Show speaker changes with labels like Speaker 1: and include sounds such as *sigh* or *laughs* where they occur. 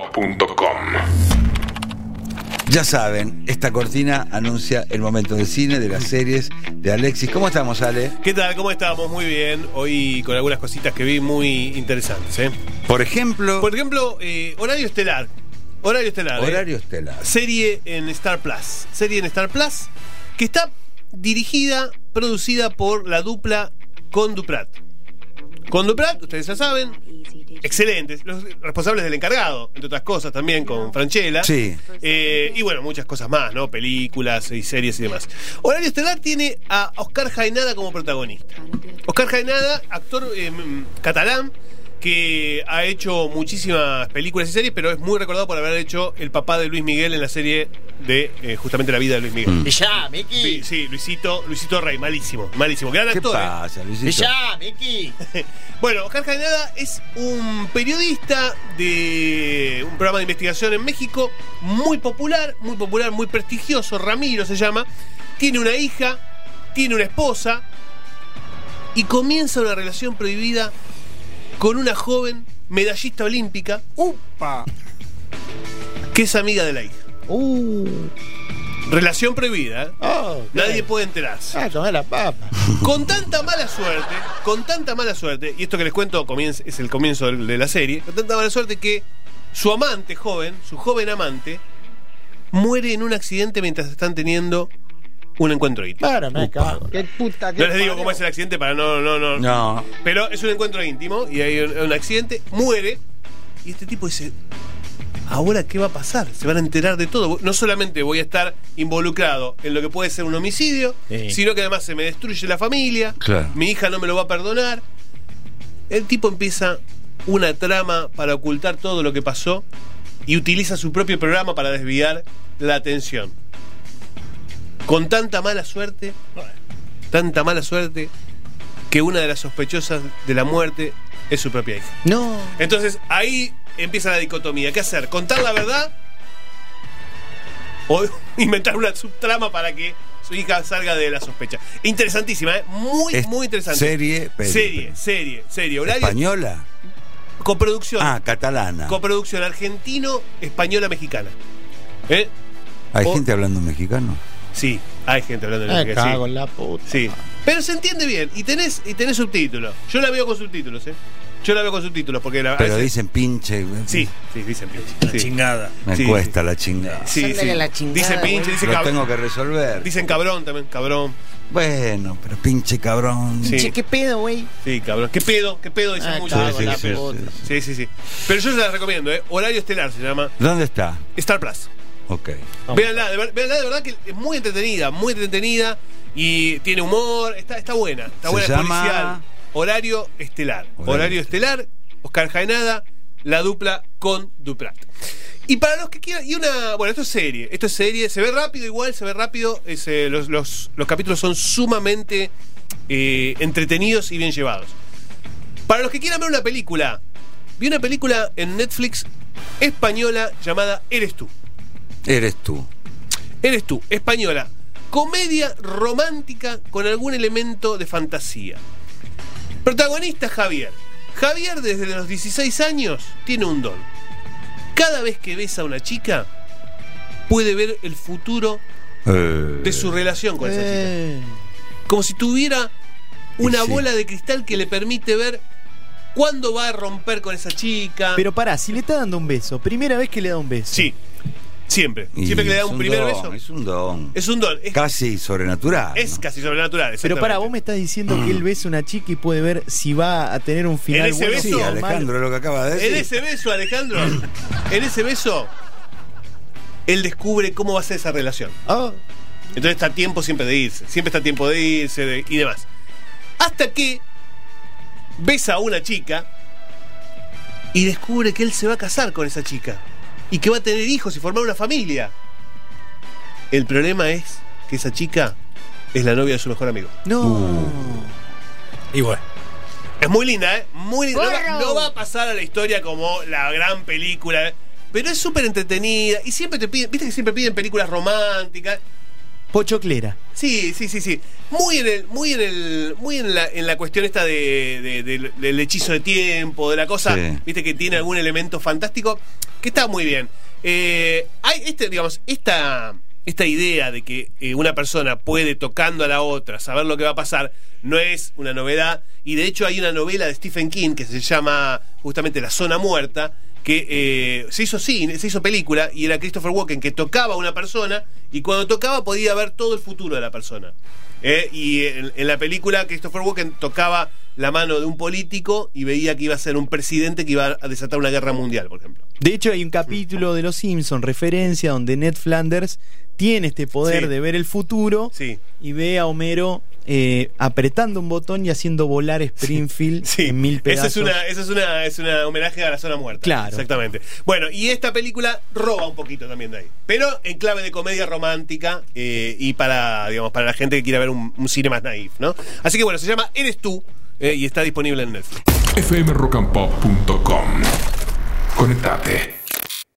Speaker 1: fmrockandpop.com
Speaker 2: Ya saben, esta cortina anuncia el momento del cine, de las series, de Alexis. ¿Cómo estamos, Ale?
Speaker 3: ¿Qué tal? ¿Cómo estamos? Muy bien. Hoy con algunas cositas que vi muy interesantes. ¿eh?
Speaker 2: Por ejemplo,
Speaker 3: Por ejemplo, eh, Horario Estelar. Horario Estelar. ¿eh?
Speaker 2: Horario Estelar.
Speaker 3: Serie en Star Plus. Serie en Star Plus que está dirigida, producida por la dupla Conduprat. Conduprat, ustedes ya saben, excelentes. Los responsables del encargado, entre otras cosas también, con Franchella.
Speaker 2: Sí.
Speaker 3: Eh, y bueno, muchas cosas más, ¿no? Películas y series y demás. Horario Estelar tiene a Oscar Jaenada como protagonista. Oscar Jaenada, actor eh, mm, catalán que ha hecho muchísimas películas y series, pero es muy recordado por haber hecho el papá de Luis Miguel en la serie de eh, justamente la vida de Luis
Speaker 4: Mm.
Speaker 3: Miguel.
Speaker 5: Ya,
Speaker 3: Sí,
Speaker 5: Miki.
Speaker 3: sí, Luisito, Luisito Rey, malísimo, malísimo. Gran
Speaker 2: ¿Qué
Speaker 3: actor. ¿eh?
Speaker 2: pasa, Luisito?
Speaker 5: Ya, Miki.
Speaker 3: Bueno, Oscar Jaenada es un periodista de un programa de investigación en México muy popular, muy popular, muy prestigioso, Ramiro se llama. Tiene una hija, tiene una esposa y comienza una relación prohibida con una joven medallista olímpica
Speaker 5: Upa.
Speaker 3: que es amiga de la hija.
Speaker 5: Uh.
Speaker 3: Relación prohibida, ¿eh?
Speaker 4: Ah,
Speaker 5: Oh,
Speaker 3: nadie
Speaker 5: bien.
Speaker 3: puede enterarse.
Speaker 5: Ah, tomé la papa.
Speaker 3: Con tanta mala suerte, con tanta mala suerte, y esto que les cuento comienza- es el comienzo del- de la serie, con tanta mala suerte que su amante joven, su joven amante, muere en un accidente mientras están teniendo un encuentro íntimo.
Speaker 5: Para, me cago. Qué puta que.
Speaker 3: No les digo cómo es el accidente para no, no, no.
Speaker 2: No.
Speaker 3: Pero es un encuentro íntimo y hay un, un accidente, muere, y este tipo dice, ¿ahora qué va a pasar? Se van a enterar de todo. No solamente voy a estar involucrado en lo que puede ser un homicidio,
Speaker 5: Sí.
Speaker 3: sino que además se me destruye la familia,
Speaker 2: Claro.
Speaker 3: mi hija no me lo va a perdonar. El tipo empieza una trama para ocultar todo lo que pasó y utiliza su propio programa para desviar la atención. Con tanta mala suerte, tanta mala suerte, que una de las sospechosas de la muerte es su propia hija.
Speaker 5: No.
Speaker 3: Entonces ahí empieza la dicotomía. ¿Qué hacer? ¿Contar la verdad? ¿O *laughs* inventar una subtrama para que su hija salga de la sospecha? Interesantísima, ¿eh? Muy,
Speaker 2: Es
Speaker 3: muy interesante.
Speaker 2: serie, película.
Speaker 3: Serie, serie, serie. Horario,
Speaker 2: ¿Española?
Speaker 3: coproducción.
Speaker 2: Ah, catalana.
Speaker 3: Coproducción argentino, española, mexicana. ¿Eh?
Speaker 2: ¿Hay
Speaker 3: o-
Speaker 2: gente hablando mexicano?
Speaker 3: Sí, hay gente hablando de
Speaker 5: Me
Speaker 3: mexicana. sí.
Speaker 5: cago en la puta.
Speaker 3: Sí. Pero se entiende bien. Y tenés, y tenés subtítulos. Yo la veo con subtítulos, ¿eh? Yo la veo con subtítulos porque la
Speaker 2: Pero
Speaker 3: a veces-
Speaker 2: dicen pinche.
Speaker 3: Ah,
Speaker 2: eh,
Speaker 3: Sí, sí, dicen
Speaker 6: La
Speaker 3: pinche. Sí.
Speaker 6: chingada.
Speaker 2: Me
Speaker 3: Sí,
Speaker 2: cuesta la chingada.
Speaker 3: Sí,
Speaker 5: Ándale
Speaker 3: sí.
Speaker 5: a la chingada,
Speaker 3: Dice pinche,
Speaker 5: güey.
Speaker 3: dice
Speaker 2: Lo
Speaker 3: cabrón.
Speaker 2: tengo que resolver.
Speaker 3: Dicen cabrón también, cabrón.
Speaker 2: Bueno, pero pinche cabrón.
Speaker 3: Sí.
Speaker 5: Che, qué pedo, güey.
Speaker 3: Sí, cabrón. ¿Qué pedo? ¿Qué pedo? Dicen
Speaker 5: Ah,
Speaker 3: mucho.
Speaker 5: cago
Speaker 2: Sí,
Speaker 5: en la
Speaker 2: sí, sí,
Speaker 5: puta.
Speaker 2: sí.
Speaker 3: Sí, sí, sí. Pero yo se las recomiendo, ¿eh? Horario estelar se llama
Speaker 2: ¿Dónde está?
Speaker 3: Star Plus.
Speaker 2: Ok.
Speaker 3: Veanla, de, ver- véanla, de verdad que es muy entretenida, muy entretenida y tiene humor, está, está buena, está
Speaker 2: Se
Speaker 3: buena, es
Speaker 2: llama-
Speaker 3: policial. Horario Estelar.
Speaker 2: Horario
Speaker 3: Horario, Estelar, Oscar Jaenada, la dupla con Duprat. Y para los que quieran, y una, bueno, esto es serie, esto es serie, se ve rápido igual, se ve rápido, es, eh, los, los- los capítulos son sumamente eh, entretenidos y bien llevados. Para los que quieran ver una película, vi una película en Netflix española llamada Eres tú.
Speaker 2: Eres tú.
Speaker 3: Eres tú, española. Comedia romántica con algún elemento de fantasía. Protagonista Javier. Javier desde los 16 años tiene un don. Cada vez que besa a una chica, puede ver el futuro
Speaker 2: Eh,
Speaker 3: de su relación con esa chica.
Speaker 5: Eh.
Speaker 3: Como si tuviera una
Speaker 2: Y sí.
Speaker 3: bola de cristal que le permite ver cuándo va a romper con esa chica.
Speaker 4: Pero pará, si le está dando un beso, primera vez que le da un beso.
Speaker 3: sí, siempre.
Speaker 2: y
Speaker 3: Siempre que le da
Speaker 2: es
Speaker 3: un primer
Speaker 2: don,
Speaker 3: beso.
Speaker 2: Es un don.
Speaker 3: Es un don. Es,
Speaker 2: casi sobrenatural.
Speaker 3: es
Speaker 2: ¿no?
Speaker 3: casi sobrenatural.
Speaker 4: Pero pará,
Speaker 3: exactamente. Mm.
Speaker 4: vos me estás diciendo que él besa a una chica y puede ver si va a tener un final
Speaker 3: ese
Speaker 4: bueno
Speaker 3: beso,
Speaker 2: Sí,
Speaker 4: o malo.
Speaker 2: Alejandro, lo que acaba de decir.
Speaker 3: En ese beso, Alejandro, en ese beso, él descubre cómo va a ser esa relación.
Speaker 4: Ah,
Speaker 5: Oh.
Speaker 3: Entonces está a tiempo siempre de irse, siempre está a tiempo de irse de- y demás. Hasta que besa a una chica y descubre que él se va a casar con esa chica y que va a tener hijos y formar una familia. El problema es que esa chica es la novia de su mejor amigo.
Speaker 4: No.
Speaker 6: Y
Speaker 3: Uh.
Speaker 6: bueno.
Speaker 3: Es muy linda, ¿eh? Muy linda. No va-
Speaker 5: Porro.
Speaker 3: No, va a pasar a la historia como la gran película, ¿eh? pero es súper entretenida y siempre te piden, viste que siempre piden películas románticas.
Speaker 4: Pochoclera.
Speaker 3: Sí, sí, sí, sí. Muy en el, muy en el, muy en la, en la cuestión esta de, de- del- del hechizo de tiempo, de la cosa,
Speaker 2: Sí.
Speaker 3: viste que tiene algún elemento fantástico, que está muy bien. Eh, hay este, digamos, esta, esta idea de que eh, una persona puede tocando a la otra saber lo que va a pasar, no es una novedad. Y de hecho hay una novela de Stephen King que se llama justamente La Zona Muerta, que eh, se hizo cine, se hizo película y era Christopher Walken que tocaba a una persona y cuando tocaba podía ver todo el futuro de la persona. Eh, y en, en la película Christopher Walken tocaba la mano de un político y veía que iba a ser un presidente que iba a desatar una guerra mundial, por ejemplo.
Speaker 4: De hecho, hay un capítulo de Los Simpsons, referencia, donde Ned Flanders tiene este poder
Speaker 3: Sí.
Speaker 4: de ver el futuro
Speaker 3: Sí.
Speaker 4: y ve a Homero eh, apretando un botón y haciendo volar Springfield
Speaker 3: Sí,
Speaker 4: en mil
Speaker 3: esa
Speaker 4: pedazos.
Speaker 3: es una, esa es una, es una homenaje a la zona muerta.
Speaker 4: Claro.
Speaker 3: Exactamente. Bueno, y esta película roba un poquito también de ahí. Pero en clave de comedia romántica eh, y para, digamos, para la gente que quiera ver un, un cine más naif, ¿no? Así que bueno, se llama Eres tú eh, y está disponible en Netflix.
Speaker 1: fmrockandpop.com. Conectate.